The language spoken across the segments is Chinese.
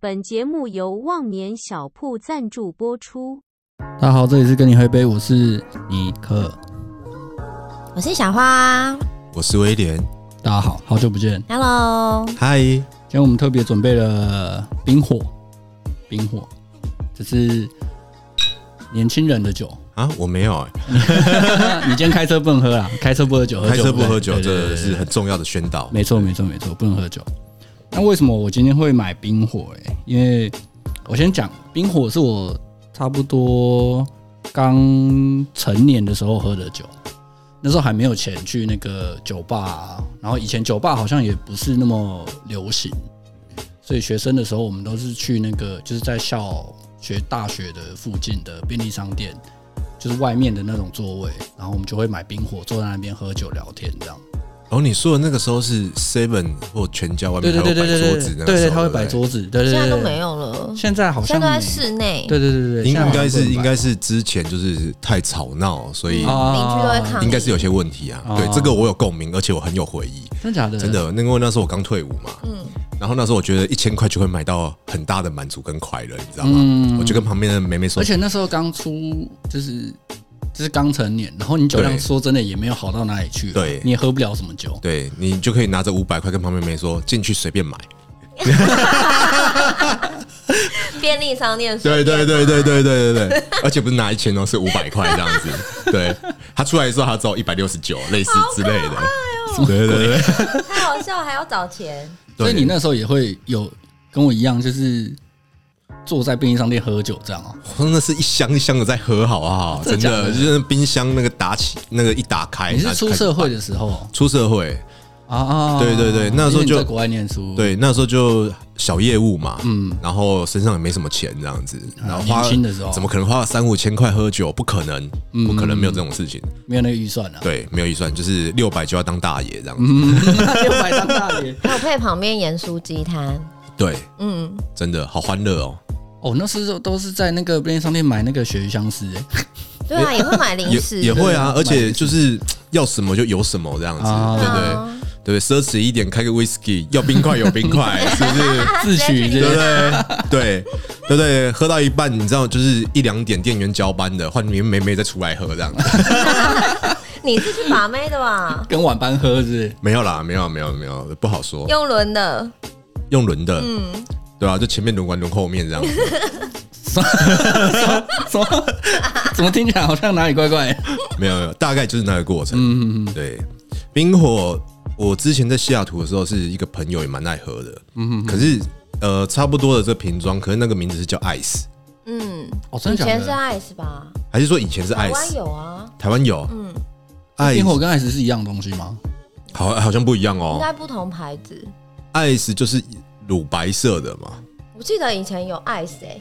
本节目由忘年小铺赞助播出。大家好，这里是跟你喝一杯，我是尼克。我是小花我是威廉，大家好，好久不见。 ，Hello，嗨，今天我们特别准备了冰火，冰火，这是年轻人的酒。啊，我没有、欸，你今天开车不能喝啦，开车不喝酒，开车不喝酒，对对对这对是很重要的宣导。没错，没错，没错，不能喝酒。那为什么我今天会买冰火、欸？因为我先讲，冰火是我差不多刚成年的时候喝的酒，那时候还没有钱去那个酒吧啊、然后以前酒吧好像也不是那么流行，所以学生的时候我们都是去那个就是在校学大学的附近的便利商店，就是外面的那种座位，然后我们就会买冰火，坐在那边喝酒聊天这样。然哦后你说的那个时候是 Seven 或全家外对面还对有摆对对对桌对子，那对个时对，候他会对不摆对桌子，对对对，现在都对没有了，现在呃好像现在都在没室内，对对对对，现应在好应像该是不能摆应该是之前就是太吵闹，所以啊嗯邻居都会抗议，应该是有些问题啊。啊对，这个我有共鸣，而且我很有回忆，真的假的？真的。那因为那时候我刚退伍嘛，嗯然后那时候我觉得一千块就会买到很大的满足跟快乐，你知道吗？嗯我就跟旁边的妹妹说而，且那时候刚出，就是就是刚成年，然后你酒量对说真的也没有好到哪里去，对你也喝不了什么酒，对你就可以拿着五百块跟旁边妹妹说进去随便买。便利商店 对对对对对对对对，而且不是拿一千哦，是五百块这样子。对他出来的时候，他只有一百六十九，类似之类的。对对对对，太好笑，还要找钱，所以你那时候也会有跟我一样，就是坐在便利商店喝酒这样哦。我真的是一箱一箱的在喝，好不好？真真的假的的，就是冰箱那个打起那个一打开，哎你然是出后就开始社会拌的时候哦出社会，啊啊，对对对那时因候为你就在国外念书，对，那时候就小业务嘛，嗯啊嗯，然后身上也没什么钱这样子，然后花年轻的时候嗯怎么可能花三五千块喝酒？不可能，不可能没有这种事情。没有那个预算 啊，对，没有预算，就是六百就要当大爷这样子。嗯六百当大爷。还有配旁边盐酥鸡摊，对，嗯，真的好欢乐哦。哦，那时候都是在那个便利商店买那个鳕鱼香丝、欸，对啊，也会买零也食，也会啊，对而且就是要什么就有什么这样子，啊对不对？啊对不对？奢侈一点，开个 whisky，要冰块有冰 块，是不是？啊自取这对不个对？对对不对？喝到一半，你知道，就是一两点店员交班的，换你们妹妹再出来喝这样子。 你是去把妹的吧？跟晚班喝是不 是没有啦，没有没啊有没有，不好说。用嗯轮的，用轮的，对啊吧、就前面轮完轮后面这样子。 什么？怎么听起来好像哪里怪 怪？没有没有，大概就是那个过程。嗯对，冰火，我之前在西雅图的时候是一个朋友也蛮爱喝的，嗯可是呃差不多的这瓶装，可是那个名字是叫 Ice，嗯，哦，真以的假前是的？爱是吧？还是说以前是台湾 Ice？有啊，台湾有，嗯嗯冰火，Ice 跟爱死是一样的东西吗？好好像不一样应哦该不同牌子。 ，Ice 就是乳白色的嘛。我记得以前有欸爱谁，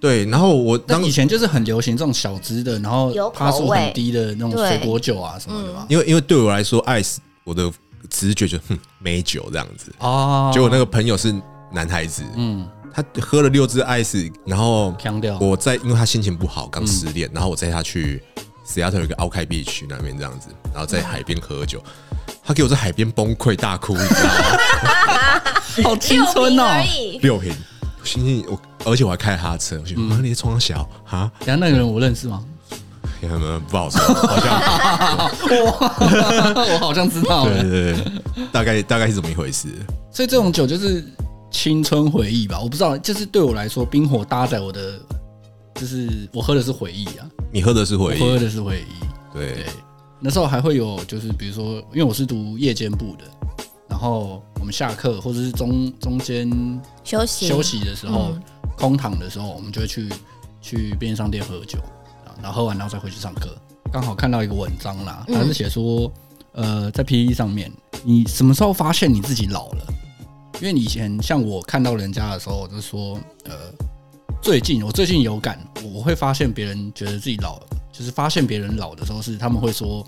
对，然后我但当以前就是很流行这种小支的，然后有口趴数很味低的那种对水果酒啊什么的嘛。因为因为对我来说，Ice 我的直觉就哼美酒这样子，嗯哦， 结果那个朋友是男孩子，嗯，他喝了六支 Ice，然后腔调我在，因为他心情不好，刚失嗯恋，然后我载他去 Seattle 有一个 o u t k Beach 那边这样子，然后在海边喝酒，他给我在海边崩溃大哭，你知道吗？好青春六瓶哦而！已，六瓶， 我心情我，而且我还开他车，我嗯心想，啊，你在装小啊？等下那个人我认识 吗？有没有不好说，好 像我好像知道对了。对对，大概大概是怎么一回事？所以这种酒就是青春回忆吧。我不知道，就是对我来说，冰火搭载我的，就是我喝的是回忆啊，你喝的是我回喝忆，的是回忆。对对，那时候还会有，就是比如说，因为我是读夜间部的，然后我们下课或者是中中间休息嗯休，息的时候、空堂的时候，我们就会去去便利商店喝酒，啊然后喝完然后再回去上课。刚好看到一个文章啦，嗯它是写说，呃，在 PE 上面，你什么时候发现你自己老了？因为你以前像我看到人家的时候，我就说，呃，最近我最近有感，我会发现别人觉得自己老了，就是发现别人老的时候是他们会说，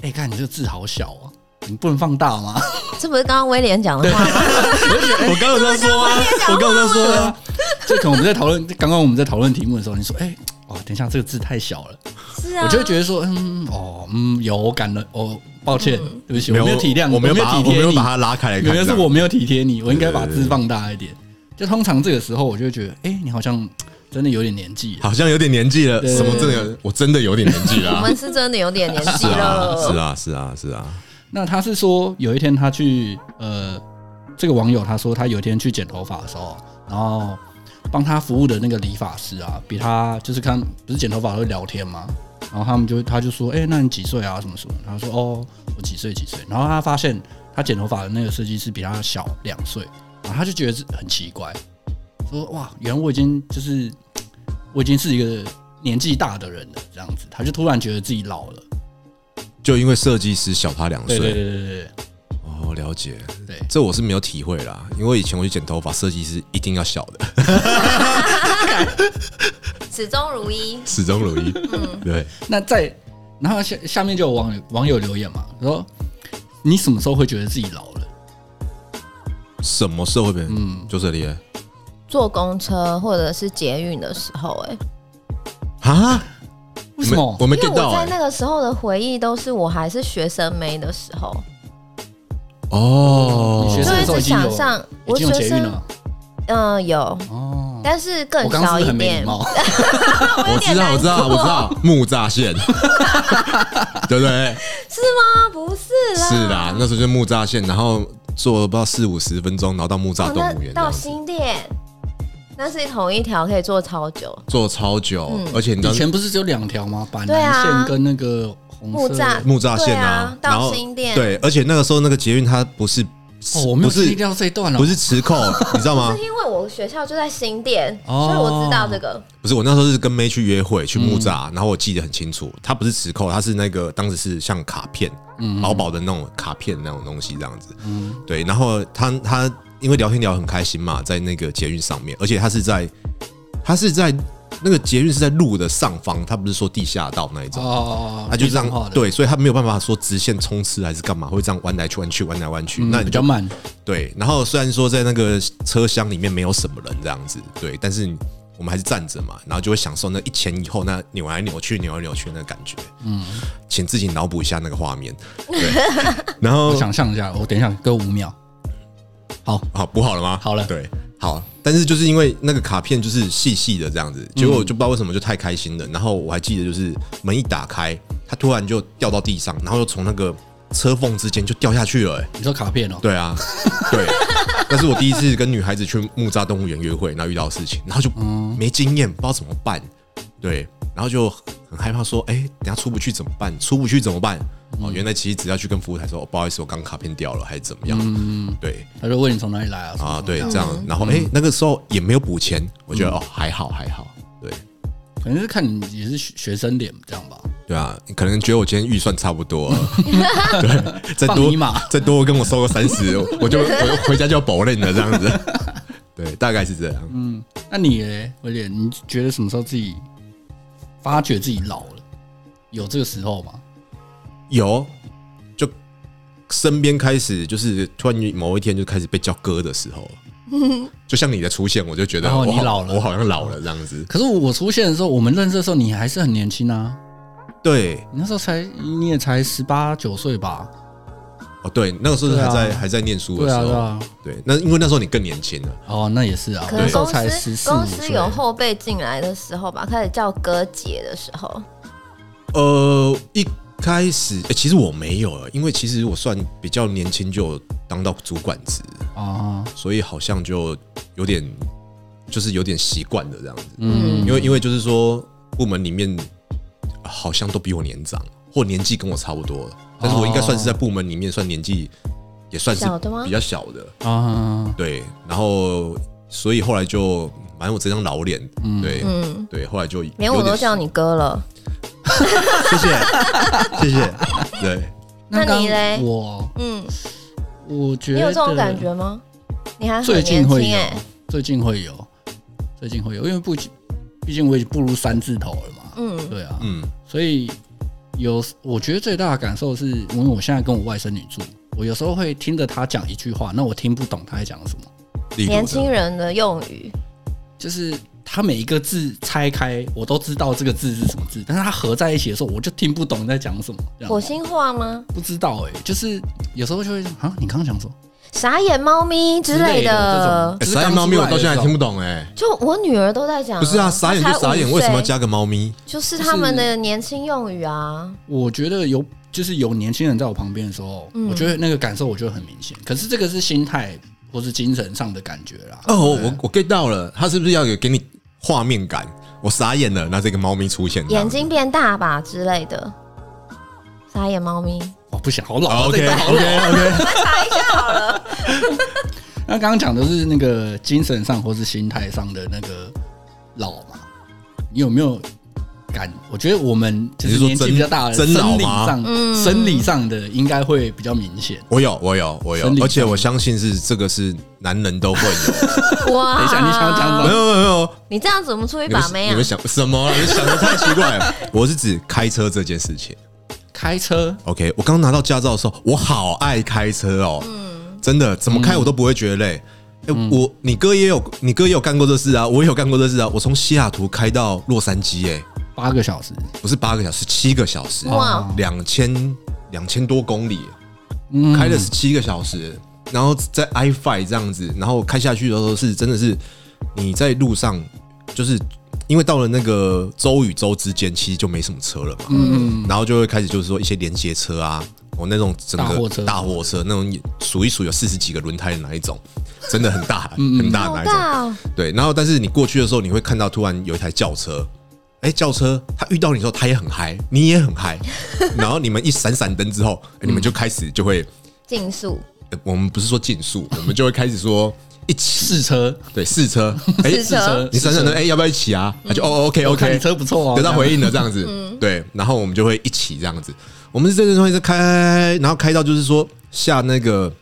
哎、看你这个字好小啊，你不能放大吗？这不是刚刚威廉讲的话吗？我刚有这样说啊，我刚有这样说啊，这可能我们在讨论，刚刚我们在讨论题目的时候，你说，哎、哇，等一下，这个字太小了，是啊，我就会觉得说，嗯，哦，嗯，有我感了，哦，抱歉，对不起，我没有体谅你，我没有没有把它体我没贴有你把，它拉开来看，原来是这样我没有体贴你，我应该把字放大一点。就通常这个时候，我就会觉得，哎、你好像真的有点年纪了。好像有点年纪了，对什么真的有，我真的有点年纪我啦。们是真的有点年纪 是啊，是了，啊，是啊，是啊，那他是说有一天他去呃，这个网友他说他有一天去剪头发的时候，然后帮他服务的那个理发师啊，比他就是看不是剪头发会聊天吗？然后他们就他就说，哎、那你几岁啊？什么什么？他说哦，我几岁几岁。然后他发现他剪头发的那个设计师比他小两岁，然后他就觉得是很奇怪，说哇，原来我已经就是我已经是一个年纪大的人了，这样子，他就突然觉得自己老了。就因为设计师小他两对对岁，对对对哦，了解。对。这我是没有体会啦，因为以前我去剪头发，设计师一定要小的， 始终如一。始终如一。嗯对，那在，然后下下面就有网友网友留言嘛，说你什么时候会觉得自己老了？什么社会变？嗯，就这里欸坐公车或者是捷运的时候、哎，啊？为什么我？没因为 get 欸到我在那哎。个时候的回忆都是我还是学生妹的时候，哦你，学就生的一时候直已经有想象已我经有学捷运生，了嗯、有，哦。但是更我刚刚小是不是一很没礼点。 貌？我知道，我知道，我知道，木栅 线，对不对？是吗？啊不是啦，是啦，那时候就木栅线，然后坐了不知道四五十分钟，然后到木栅哦动那物园这到样子，新店，那是同一条可以坐超久。坐超久，嗯而且你知以道前不是只有两条吗？板对南啊线跟那个红木色栅的。木栅线对啊到然后新店对，而且那个时候那个捷运它不是，哦，我没有不是听到这一段了。不是磁 扣，你知道吗是？因为我学校就在新店，哦所以我知道这个。不是，我那时候是跟妹去约会，去木栅，嗯然后我记得很清楚，它不是磁扣，它是那个当时是像卡片，嗯薄薄的那种卡片那种东西这样子。对，然后他他因为聊天聊得很开心嘛，在那个捷运上面，而且他是在他是在那个捷运是在路的上方，他不是说地下道那一种。哦，他就这地上化样，的，对，所以他没有办法说直线冲刺还是干嘛，会这样弯来去弯去，弯来弯去。那那嗯你嗯比就较慢。对，然后虽然说在那个车厢里面没有什么人这样子，对，但是我们还是站着嘛，然后就会享受那一前一后那扭来扭去、扭来扭去那个感觉。嗯，请自己脑补一下那个画面。对，然后我想象一下，我等一下给我五秒。好，好补好了吗？好了对，好。但是就是因为那个卡片就是细细的这样子，结果嗯我就不知道为什么就太开心了。然后我还记得就是门一打开，它突然就掉到地上，然后又从那个车缝之间就掉下去了、欸。你说卡片哦，对啊，对，那是我第一次跟女孩子去木栅动物园约会，然后遇到的事情，然后就嗯没经验，不知道怎么办，对，然后就很害怕说，哎、等下出不去怎么办？出不去怎么办？哦，嗯原来其实只要去跟服务台说，哦、不好意思，我刚卡片掉了，还是怎么样？嗯对他就问你从哪里来啊？什么啊，什么对，的这样，然后哎、嗯那个时候也没有补钱，我觉得、哦，还好，还好，对，可能是看你也是学学生脸这样吧。对啊，可能觉得我今天预算差不多 了，对，再放多你马再多跟我收个三十，我就我回家就要保认了这样 子。对，大概是这样。那你嘞，威廉，你觉得什么时候自己发觉自己老了？有这个时候吗？有，就身边开始就是突然某一天就开始被叫哥的时 候，就像你的出现，我就觉得然后我哦你好老了我好像老了这样子。可是我出现的时候，我们认识的时候，你还是很年轻啊，对，你那时候才你也才十八九岁吧？哦对，那个时候对啊还在还在念书的对时啊，对候，啊，对，那因为那时候你更年轻了。哦，那也是啊，我可那能时候公才十司四公五司岁。有后辈进来的时候吧，开始叫哥姐的时候，呃，一开始，诶其实我没有，因为其实我算比较年轻就当到主管职，啊，所以好像就有点，就是有点习惯了这样子。嗯，因为因为就是说，部门里面呃好像都比我年长，或年纪跟我差不多，但是我应该算是在部门里面算年纪也算是小的吗比较小的，嗯啊，对。然后所以后来就反正我这张老脸，对嗯，对，后来就连我都叫你哥了。有点， 谢谢谢谢，对。那刚你嘞我嗯，我觉得你有这种感觉吗？你还最很近年会轻有哎、，最近会有，最近会有，因为不，毕竟我已经步入三字头了嘛。嗯，对啊，嗯，所以有，我觉得最大的感受是，因为我现在跟我外甥女住，我有时候会听着她讲一句话，那我听不懂她在讲什么，例如年这轻样人的用语，就是她每一个字拆开，我都知道这个字是什么字，但是她合在一起的时候，我就听不懂在讲什么，这火样星话吗？欸不知道哎、就是有时候就会啊，你刚刚讲什么？傻眼猫咪之类之类的的。这种哎傻眼猫咪我到现在还听不懂哎、就我女儿都在讲啊、不是啊，傻眼她就嗯才傻眼，五岁为什么要加个猫咪？就是就是他们的年轻用语啊，我觉得有就是有年轻人在我旁边的时候，我觉得那个感受我觉得很明显。可是这个是心态或是精神上的感觉啦。哦，我我我 get 到了，他是不是要有给你画面感？我傻眼了，那这个猫咪出现，眼睛变大吧之类的。傻眼 猫咪，哦，不行，好老啊、这 OK 个好 OK OK，查一下好了。那刚刚讲的是那个精神上或是心态上的那个老嘛，你有没有感？我觉得我们就是你是说年纪真比较大的，真老生理吗上、嗯生理上的应该会比较明显。 我有我有我有生理，上而且我相信是这个是男人都会 有，哇！等一下你想要讲什没么有没有没有，你这样怎么出去你们把妹你啊们？想什么啊？你们想的太奇怪了。我是指开车这件事情。开车 OK，我刚拿到驾照的时候，我好爱开车哦，真的，怎么开我都不会觉得累。哎、我你哥也有，你哥也有干过这事啊，我也有干过这事啊。我从西雅图开到洛杉矶、哎，八个小时，不是八个小时，七个小时，哇两千两千多公里，哎嗯开了十七个小时，然后在 i five 这样子，然后开下去的时候是真的是你在路上，就是因为到了那个州与州之间，其实就没什么车了嘛，嗯，然后就会开始就是说一些连接车啊，我那种整大个货车大货车那种数一数有四十几个轮胎的那一种，真的很大嗯很大的好那一种，大哦！对，然后但是你过去的时候，你会看到突然有一台轿车，哎、轿车它遇到你的时候，它也很嗨，你也很嗨，然后你们一闪闪灯之后，诶你们就开始就会，竞速呃我们不是说竞速，我们就会开始说一起试车，对试车，哎、试试车车，你闪闪灯，哎、要不要一起啊？他就哦，OK 嗯我看 OK，你车不错哦，嗯得到回应。应了这样子，对，然后我们就会一起这样子，我们是真的会是开，然后开到就是说下那个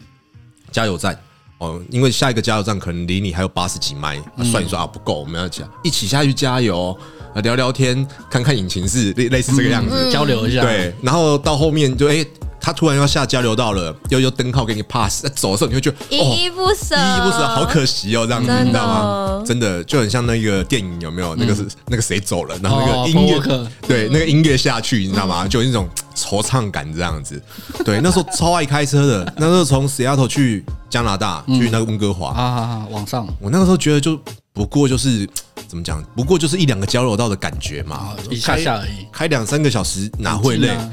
加油站哦，因为下一个加油站可能离你还有八十几迈，嗯啊算一算啊不够，我们要加一起下去加油，啊聊聊天，看看引擎室，类类似这个样子，嗯交流一下，，对，然后到后面就哎、他突然要下交流道了，又又灯号给你 pass，在走的时候你会觉得依哦。依不舍，依依不舍，好可惜哦，这样子真的嗯你知道吗？真的就很像那个电影有没有？那个是那个谁走了，然后那哦个音，Paul Walker 乐，对，那个音乐下去，你知道嗯吗？就有一种惆怅感这样子。对，那时候超爱开车的， 那时候从 Seattle 去加拿大，嗯去那个温哥华，啊，往上我那个时候觉得就不过就是怎么讲，不过就是一两个交流道的感觉嘛啊，，一下下而已，开两三个小时哪会累很近啊？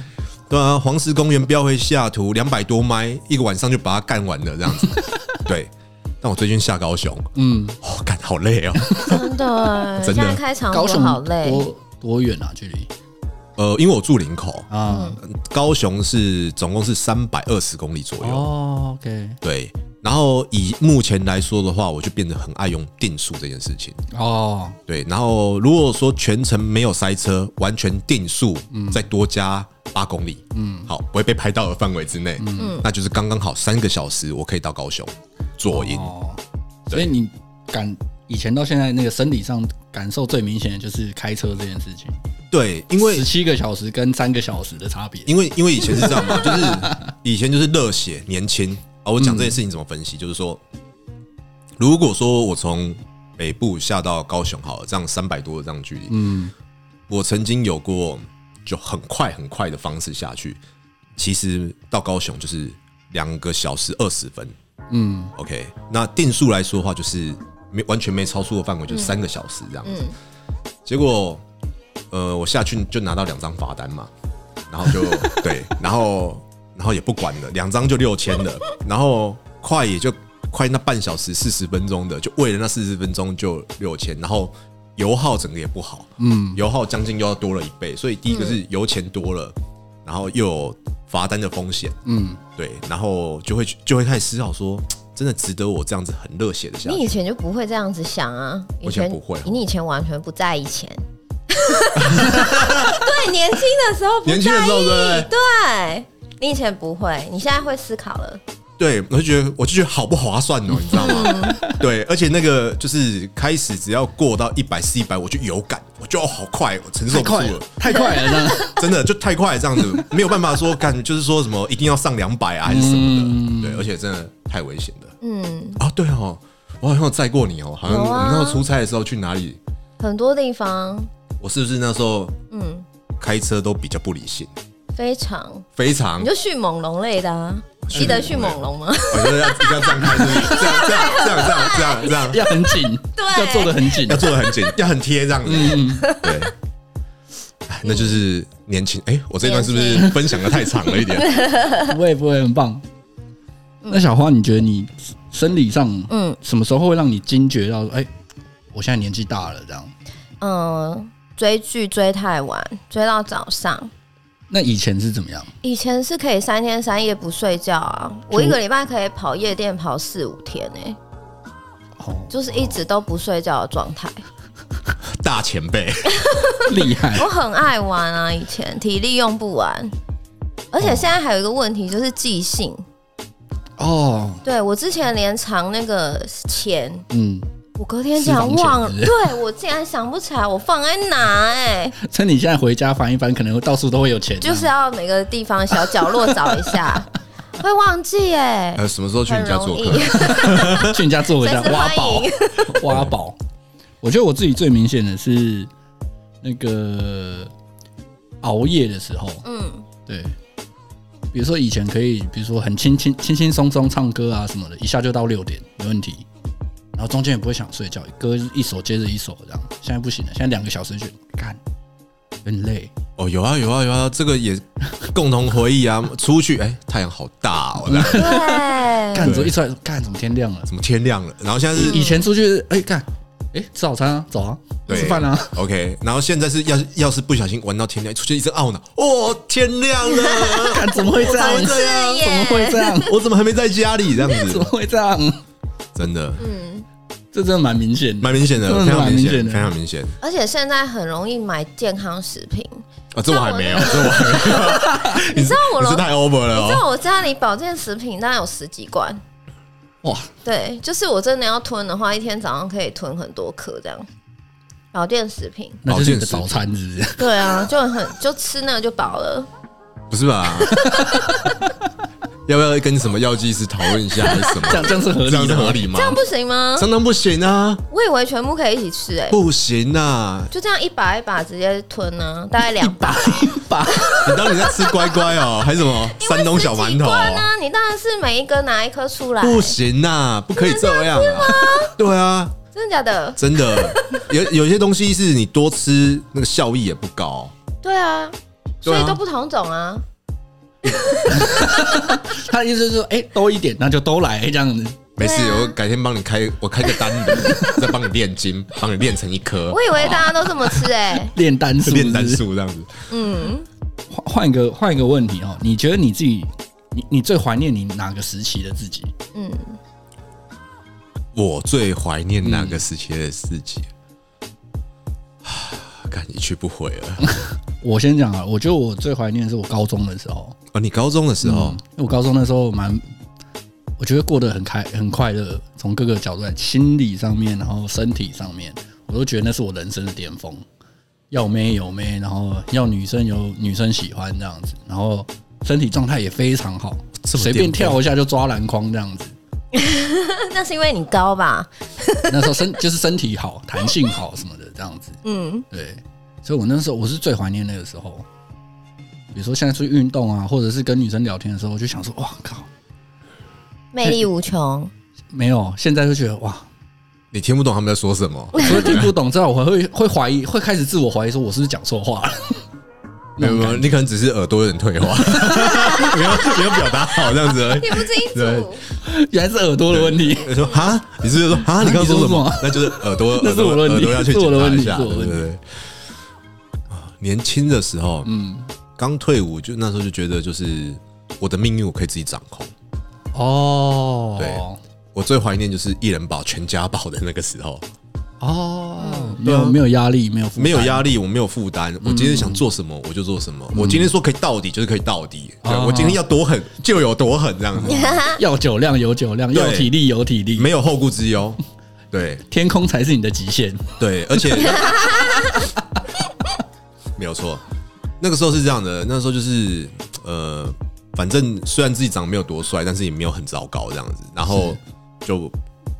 对啊，黄石公园飙回西雅图两百多迈，一个晚上就把它干完了这样子。对，但我最近下高雄，嗯，哦，干好累哦。真的，真的现在开长高途雄好累。多多远啊？距离呃，因为我住林口，啊，高雄是总共是三百二十公里左右。哦，OK，对，然后以目前来说的话，我就变得很爱用定速这件事情。哦，对，然后如果说全程没有塞车，完全定速，再多加八公里，嗯，好，不会被拍到的范围之内，嗯，那就是刚刚好三个小时，我可以到高雄左营。哦，所以你感以前到现在那个生理上感受最明显的就是开车这件事情，对，因为十七个小时跟三个小时的差别。因为因为以前是这样嘛， 就是以前就是热血年轻啊。我讲这件事情怎么分析，嗯就是说，如果说我从北部下到高雄，好了，这样三百多的这样距离，嗯，我曾经有过就很快很快的方式下去，其实到高雄就是两个小时二十分。嗯， OK，那定数来说的话，就是没完全没超出的范围，嗯就是三个小时这样子。结果，呃，我下去就拿到两张罚单嘛，然后就 对，然后然后也不管了，两张就六千了，然后快也就快那半小时四十分钟的，就为了那四十分钟就六千，然后油耗整个也不好，嗯，油耗将近又要多了一倍，所以第一个是油钱多了，然后又有罚单的风险，嗯，对，然后就会就会开始思考说，真的值得我这样子很热血的下你以去？前就不会这样子想啊，我以前不会哦你以前 完全不在意钱。对，年轻的时候不在意，年轻的时候对不对对，你以前不会，你现在会思考了。对，我就觉得我就觉得好不划算哦，你知道吗？嗯对，而且那个就是开始只要过到一百四一百，我就有感，我就哦好快，我承受太不住快了了，，太快了，这样真的就太快了，这样子没有办法说感，就是说什么一定要上两百啊还是什么的，对，而且真的太危险了嗯，啊！对哦，我好像有载过你哦，好像有我啊们那时候出差的时候去哪里，很多地方，我是不是那时候嗯，开车都比较不理性，非常，非常 你就迅猛龙类的啊，嗯吸得去猛龙吗？我觉得要要这样看，是不是？这样这样这样这样这样这样， 要很 紧，对要做的 很紧要。做的很紧，要很贴这样子。对，哎那就是年轻。哎，我这一段是不年是分享的太长了一点？不会不会，很棒。那小花，你觉得你生理上，嗯嗯，什么时候会让你惊觉到，哎、我现在年纪大了这样？嗯，追剧追太晚，追到早上。那以前是怎 么样？以前是可以三天三夜不睡觉啊，我一个礼拜可以跑夜店跑四五天呢、哦，就是一直都不睡觉的状态。大前辈，厉害我很爱玩啊，以前体力用不完，而且现在还有一个问题就是记性。哦，对我之前连藏那个钱，嗯，我隔天竟然私房忘钱是不是了，对我竟然想不起来我放在哪哎、 趁你现在回家翻一翻，可能会到处都会有钱、啊就是要每个地方小角落找一 下，会忘记哎、呃，什么时候去很你家容做易客？， 去你家做一下随时挖欢宝，迎。挖宝。我觉得我自己最明显的是那个熬夜的时候，嗯，对，比如说以前可以，比如说很轻轻轻轻松松唱歌啊什么的，一下就到六点，没问题。然后中间也不会想睡觉，歌一首接着一首这样。现在不行了，现在两个小时就干，有点累。嗯哦，有啊有啊有啊，这个也共同回忆啊。出去，哎，太阳好大哦，这样嗯对，干着一出来，干怎么天亮了？怎么天亮了？然后现在是以前出去，哎、干，哎、吃早餐啊，走啊，对吃饭啊， OK，然后现在是要是要是不小心玩到天亮，出去一直懊恼，哦，天亮 了，干怎么会这样？我才怎这样是耶么会这样？我怎么还没在家里？这样怎么子，会这样？真的嗯这真的蛮明显的。蛮明显的，真的非常蛮明明显显，的非常明显而且现在很容易买健康食品。啊！这我还没有，这我还没有，你知道我你楼是太 over 了在哦。我家里保健食品大概有十几罐，哇，对，就是我真的要吞的话，一天早上可以吞很多颗这样。保健食品，那就是你的保早健食品餐是不是？对啊，就很就吃那个就饱了。不是吧？ 要不要跟什么药剂师讨论一下，还是什么 这？样这样是合理这的样吗，是合理吗这？样不行吗？相当不行啊，我以为全部可以一起吃、哎，不行啊！就这样一把一把直接吞呢、大概两把。吧？你当你在吃乖乖哦，还是什么山东小馒头？哦罐呢？你当然是每一个拿一颗出来，不行啊，不可以这样啊！对啊，真的假的？真的有有些东西是你多吃，那个效益也不高。哦对啊，对所啊以都不同种啊。 他的意思是说，哎、多一点，那就都来这样子。没事对，啊我改天帮你开，我开个单子，再帮你炼金，帮你炼成一颗。我以为大家都这么吃哎、炼丹术，炼丹。术这样子，嗯，换换一个换一个问题哦，你觉得你自己，你你最怀念你哪个时期的自己？我最怀念哪个时期的自 己？啊看一去不回了。我先讲啊，我觉得我最怀念的是我高中的时候，哦，你高中的时候嗯，因为我高中的时候蛮，我觉得过得很开很快乐，从各个角度来，心理上面，然后身体上面，我都觉得那是我人生的巅峰。要妹有妹，然后要女生有女生喜欢这样子，然后身体状态也非常好，这么随便巅峰跳一下就抓篮筐这样子。 那是因为你高吧？那时候身就是身体好、弹性好什么的这样子。嗯，对，所以我那时候我是最怀念那个时候。比如说现在出去运动啊，或者是跟女生聊天的时候，我就想说，哇靠，魅力无穷。没有。现在就觉得哇，你听不懂他们在说什么。除了听不懂之外，我还会会怀疑，会开始自我怀疑，说我是不是讲错话了？ 没有没有，你可能只是耳朵有点退化，没有没有表达好这样子 而已。听不清对楚，原来是耳朵的问题。你说哈，你是不是说哈？你刚刚说什么啊你说什么？那就是耳朵， 那耳是我朵的问题耳朵要去是我的检查问题一下，是对我的对问题对。啊年轻的时候，嗯，刚退伍就那时候就觉得，就是我的命运我可以自己掌控。哦，对我最怀念就是一人保全家保的那个时候，哦，没对啊有没有压力，没有负担嗯没有压力，我没有负担，我今天想做什么我就做什么，我今天说可以到底就是可以到底，对哦我今天要多狠就有多狠这样 子，要酒量有酒量，对要体力有体力，没有后顾之忧。对天空才是你的极限。对，而且没有错，那个时候是这样的，那时候就是呃，反正虽然自己长得没有多帅，但是也没有很糟糕这样子，然后就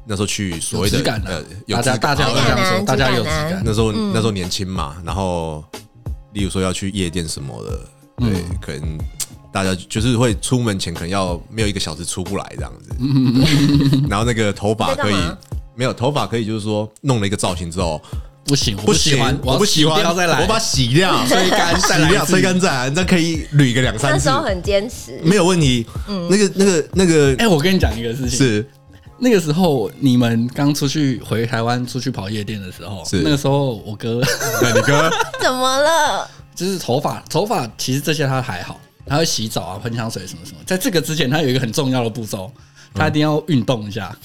那时候去所谓的有质感啊呃，有大质家感呃大家好有像这样说，质感啊大家有质质感啊感。那时候、那时候嗯年轻嘛，然后例如说要去夜店什么的，对，可能大大家就是会出门前可能要没有一个小时出不来这样 子，对然后那个头发可以在干嘛没有头发可以就是说弄了一个造型之后不行，我不喜行欢，，我不喜欢要，再来，我把 它洗掉，吹 干 再洗来一掉次吹干再来，那可以捋个两 那三时次，候很坚持，没有问题。那个那个那个嗯哎、我跟你讲一个事情，是那个时候你们刚出去回台湾出去跑夜店的时候，是那个时候我哥那你哥 怎么了？就是头发，头发其实这些他还好，他会洗澡啊、喷香水什么什么。在这个之前，他有一个很重要的步骤，他一定要运动一下，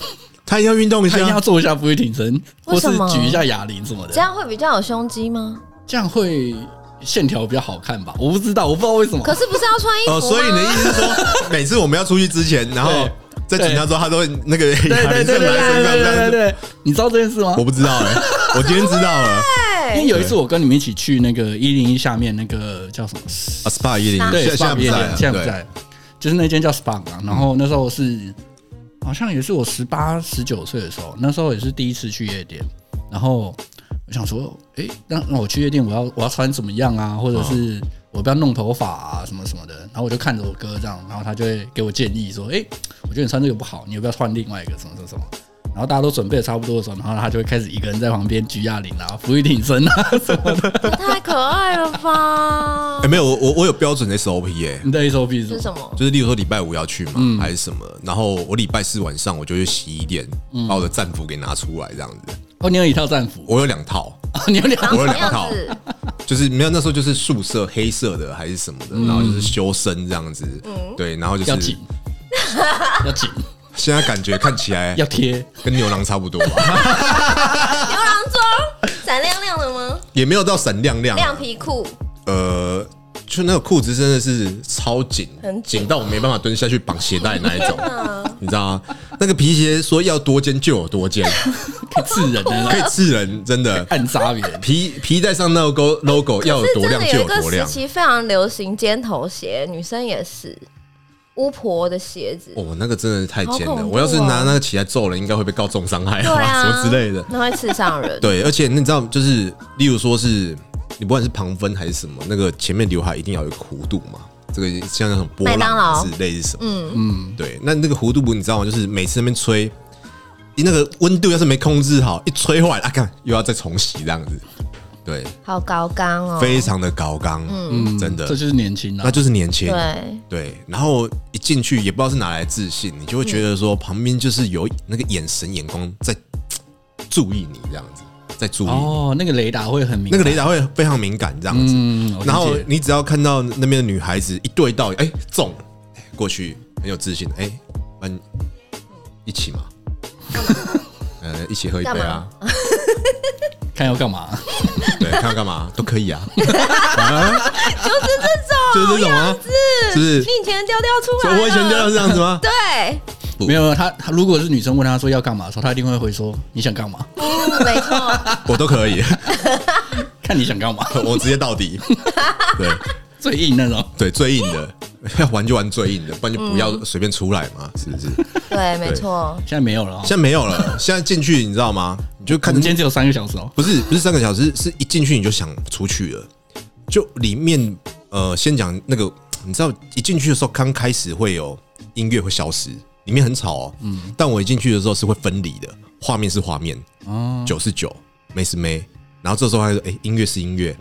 他一定要运动 一他下一定，要做一下俯卧撑，或嗯为是什么举一下哑铃什么的，这样会比较有胸肌吗？这样会线条比较好看吧？我不知道，我不知道为什么。可是不是要哎穿衣服吗？哦，所以你的意思是说，每次我们要出去之前，然后在请他之后，他都会那个对对对对对对对对对，你知道这件事吗我？不知道 哎、我今天知道了。因为有一次我跟你们一起去那个一零一下面那个叫什么啊，SPA 一零对，现在 SPA 不夜在店了，现在不对，在，就是那间叫 SPA 嘛。然后那时候是好像也是我十八十九岁的时候，那时候也是第一次去夜店，然后我想说，诶，那那我去夜店我要我要穿怎么样啊，或者是我要不要弄头发啊什么什么的。然后我就看着我哥这样，然后他就会给我建议说，诶，我觉得你穿这个不好，你要不要换另外一个什么什么什么。然后大家都准备的差不多的时候，然后他就会开始一个人在旁边举哑铃啊、俯挺身啊 什么的。也太可爱了吧哎、？没有，我我我有标准 SOP 耶、你的 SOP 是什是么？什么？哎就是例如说礼拜五要去嘛，嗯还是什么，然后我礼拜四晚上我就去洗衣店、嗯把我的战服给拿出来，这样子，哦，你有一套战服，我有两套，哦、 你有两长我有什么两样套子？就是没有那时候就是素色黑色的还是什么的，然后就是修身这样子，对，然后就要是 紧，要紧，现在感觉看起来要贴。跟牛郎差不多 吧，牛郎装，闪亮亮的吗？也没有到闪亮亮啊，亮皮裤，呃，就那个裤子真的是超紧，很紧紧到我没办法蹲下去绑鞋带那一种 啊，你知道吗？那个皮鞋说要多尖就有多 尖，可以刺人的啦， 可以刺人，真的。暗杀别人。皮皮带上 logo logo 要有是多真亮的就有一有个多时亮。期非常流行尖头鞋，女生也是巫婆的鞋子，哦，那个真的是太尖好了，恐怖我要是哦拿那个起来揍人，应该会被告重伤害对好吧啊，什么之类的。那会刺伤人。对，而且你知道，就是例如说是你不管是旁分还是什么，那个前面刘海一定要有一个弧度嘛，这个像那种波麦当浪劳之类是什么？嗯，对，那那个弧度你知道吗？就是每次那边吹，你那个温度要是没控制好，一吹坏了，啊，看又要再重洗这样子，对，好高刚哦，非常的高刚，嗯，真的这，就是年轻那啊，就是年轻，对，对，然后一进去也不知道是哪来的自信，你就会觉得说旁边就是有那个眼神眼光在嘖注意你这样子，在注意你。哦，那个雷达会很明，那个雷，达会非常敏感这样子，嗯，我理解然后你只要看到那边的女孩子一对到，哎、中了，哎过去很有自信，哎、那你 一起嘛，呃，一起喝一杯啊，看要干嘛？对，看要干嘛都可以 啊，啊 就是这种，就是这种啊，是不是你？以前调调出所啊来以了，我以前就是这样 子吗？对，不没有，没有他他如果是女生问他说要干嘛的时候，他一定会回说你想干 嘛？嗯，没错，我都可以，看你想干嘛，我直接到底，对最硬那种。对，最硬的，要玩就玩最硬的，不然就不要随便出来嘛，是不是？对，没错，现在没有了哦，现在没有了，现在进去你知道吗？你就我看着们今天只有三个小时哦。不是不是三个小时，是一进去你就想出去了。就里面呃，先讲那个，你知道一进去的时候，刚开始会有音乐会消失，里面很吵哦。嗯，但我一进去的时候是会分离的，画面是画面，哦，九是九，没是没。然后这时候还说，哎、音乐是音乐，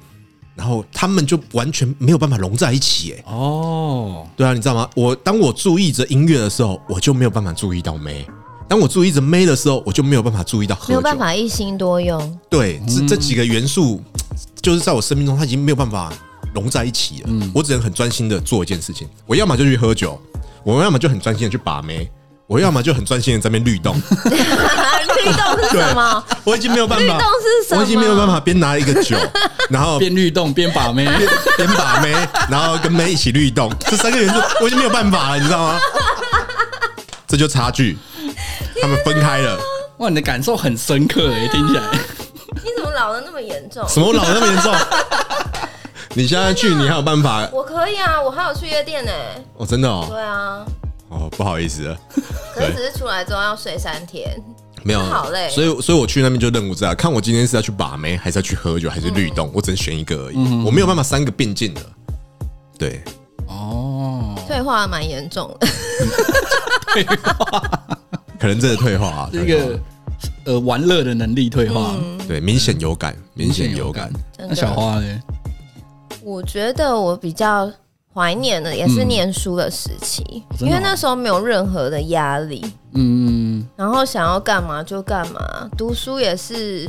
然后他们就完全没有办法融在一起、哎，哦，对啊，你知道吗？我当我注意着音乐的时候，我就没有办法注意到妹；当我注意着妹的时候，我就没有办法注意到喝酒。没有办法一心 多用，对，这这几个元素，就是在我生命中，它已经没有办法融在一起了。我只能很专心的做一件事情，我要么就去喝酒，我要么就很专心的去把妹，我要么就很专心的在那边律动。律动啊是什么？我已经没有办律法动，是什么？我已经没有办法边拿一个酒，然后边律动边把妹，边把妹，然后跟妹一起律动，这三个元素我已经没有办法了，你知道吗？这就差距，他们分开了。哇，你的感受很深刻诶，听起来。你怎么老的那么严重？什么我老的那么严重？你现在去，你还有办法？我可以啊，我还有去夜店呢、哦，真的哦。对啊，哦，不好意思了，可是只是出来之后要睡三天，没有，好累所以，所以我去那边就任务在，看我今天是要去把妹，还是要去喝酒，还是律嗯嗯动，我只能选一个而已，我没有办法三个并进的。对，哦，退化蛮严重的， 可能真的退化啊，这退化个呃玩乐的能力退化，对明显有感，明显有感。。真那小的。花呢？我觉得我比较怀念的也是念书的时期，真的哦因为那时候没有任何的压力，嗯，然后想要干嘛就干嘛，读书也是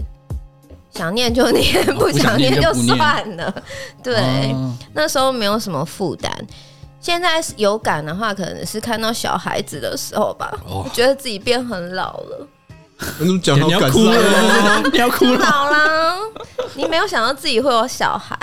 想念就念，哦不想念就算了。对，啊那时候没有什么负担。现在有感的话，可能是看到小孩子的时候吧，哦我觉得自己变很老了，你怎么讲哎你要哭了， 吗？你要哭了。老啦，你没有想到自己会有小孩，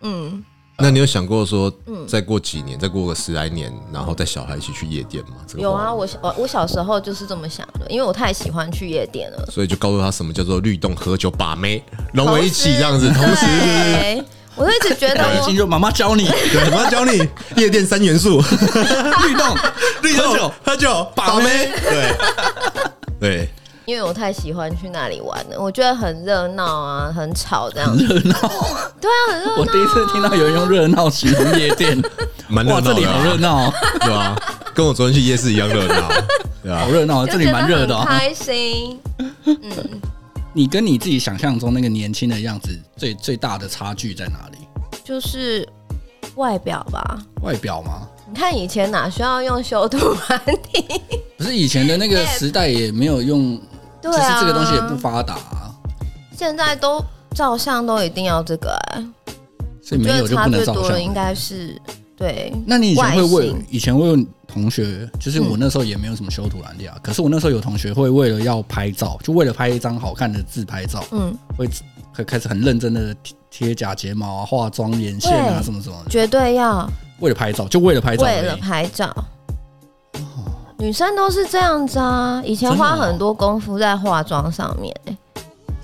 嗯，那你有想过说，再过几年，再过个十来年，然后带小孩一起去夜店吗？这个有话啊，我小我我小时候就是这么想的，因为我太喜欢去夜店了，所以就告诉他什么叫做律动、喝酒、把妹，融为一起这样子，同时对，我一直觉得一我进就妈妈教 你对，我要教你夜店三元素：律动，律喝动酒、喝酒、把妹。对对，因为我太喜欢去那里玩了，我觉得很热闹啊，很吵这样。热闹。对啊，很热闹。我第一次听到有人用热闹形容夜店，蛮热哇，闹这的啊里好热闹，哦对吧？跟我昨天去夜市一样热闹，对吧好？热闹，这就里觉得蛮热的哦很。开心。你跟你自己想象中那个年轻的样子，最最大的差距在哪里？就是外表吧，外表吗？你看以前哪需要用修图软 体？不是以前的那个时代也没有用，就哎对是啊，这个东西也不，发达啊，现在都照相都一定要这个、哎，所以没觉有得就差不能最照多相的。应该是对。那你以前会外问形，嗯以前会问同学，就是我那时候也没有什么修图软件啊，可是我那时候有同学会为了要拍照，就为了拍一张好看的自拍照，嗯，会会开始很认真的贴贴假睫毛啊、化妆、眼线啊对什么什么的，绝对要为了拍照，就为了拍照而已，为了拍照。女生都是这样子啊，以前花真的哦很多功夫在化妆上面、哎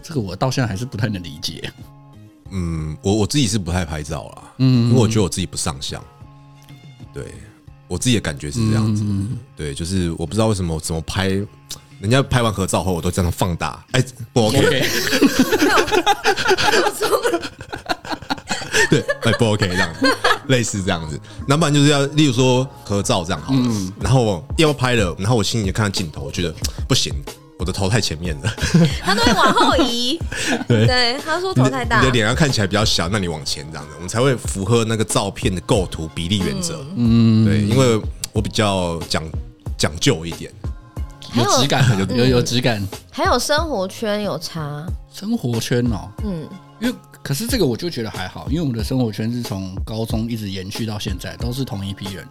这个我到现在还是不太能理解。嗯，我我自己是不太拍照啦，嗯因为我觉得我自己不上相。对我自己的感觉是这样嗯子，对，就是我不知道为什么我怎么拍，人家拍完合照后我都这样放大，哎，不 OK， OK， 对，哎，不 OK 这样子，类似这样子。那不然就是要，例如说合照这样好了，嗯然后我要拍了，然后我心里就看到镜头，我觉得不行，我的头太前面了， 她都会往后 移。对对，她说你头的太大你的，脸要看起来比较小，那你往前这样子，我们才会符合那个照片的构图比例原则。嗯，对，因为我比较讲讲究一点，有质感啊，有有嗯有质感。还有生活圈有差。生活圈哦，嗯，因为可是这个我就觉得还好，因为我们的生活圈是从高中一直延续到现在，都是同一批人。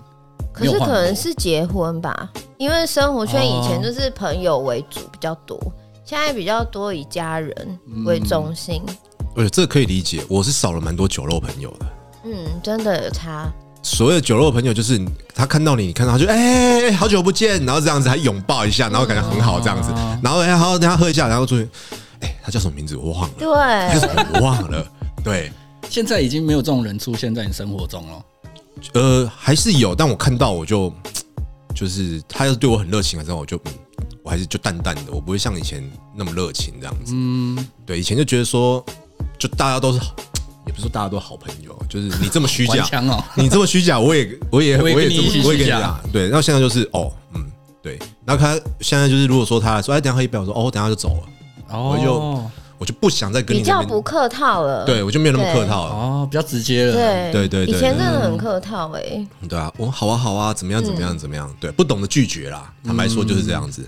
可没有是换可过能是结婚吧，因为生活圈以哦前就是朋友为主比较多，现在比较多以家人嗯为中心。呃，这可以理解。我是少了蛮多酒肉朋友的。嗯真的有差。所谓的酒肉朋友，就是他看到你，你看到他就哎、欸好久不见，然后这样子还拥抱一下，然后感觉很好这样子，然后哎、好，等一下喝一下，然后出去，哎、他叫什么名字我忘了，对，他叫什么我忘了，对，现在已经没有这种人出现在你生活中了。呃，还是有，但我看到我就就是他要是对我很热情的时候，我就嗯，我还是就淡淡的，我不会像以前那么热情这样子。嗯，对，以前就觉得说，就大家都是好，也不是说大家都好朋友，就是你这么虚 顽假，强哦，你这么虚假，我也我也我也我也跟你这么一起我也虚跟你假讲，对。那现在就是哦，嗯，对。然后他现在就是如果说他说哎，等一下喝一杯，我说哦，我等一下就走了，我哦我就不想再跟你比那较边不，客套了。对我就没有那么客对套了。哦，比较直接了。，对对对对以前真的很客套哎、对啊，我好啊好啊，怎么样怎么嗯样怎么样？对，不懂得拒绝啦，坦白说就是这样子。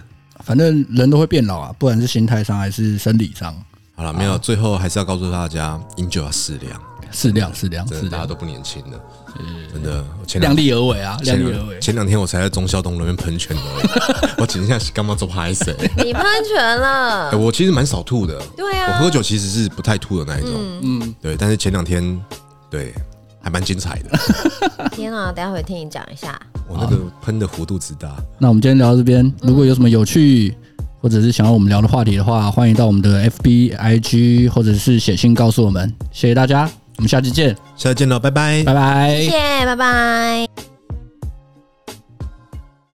反正人都会变老啊，不管是心态上还是生理上，好了，没有，最后还是要告诉大家，饮酒要适量，适量适量真适的大家量，都不年轻了，真的。我前两量力而为啊，量前力而为两。前两天我才在忠孝东路那边喷泉 的，我今天是干嘛做拍谁？啊你喷泉 了哎，，我其实蛮少吐的，对啊我喝酒其实是不太吐的那一种，嗯，对。但是前两天，对，还蛮精彩的，天啊，待会听你讲一下。我那个喷的弧度之大，那我们今天聊到这边，如果有什么有趣或者是想要我们聊的话题的话，欢迎到我们的 FB、IG 或者是写信告诉我们。谢谢大家，我们下期见，下次见了，拜拜拜拜。谢谢，拜拜。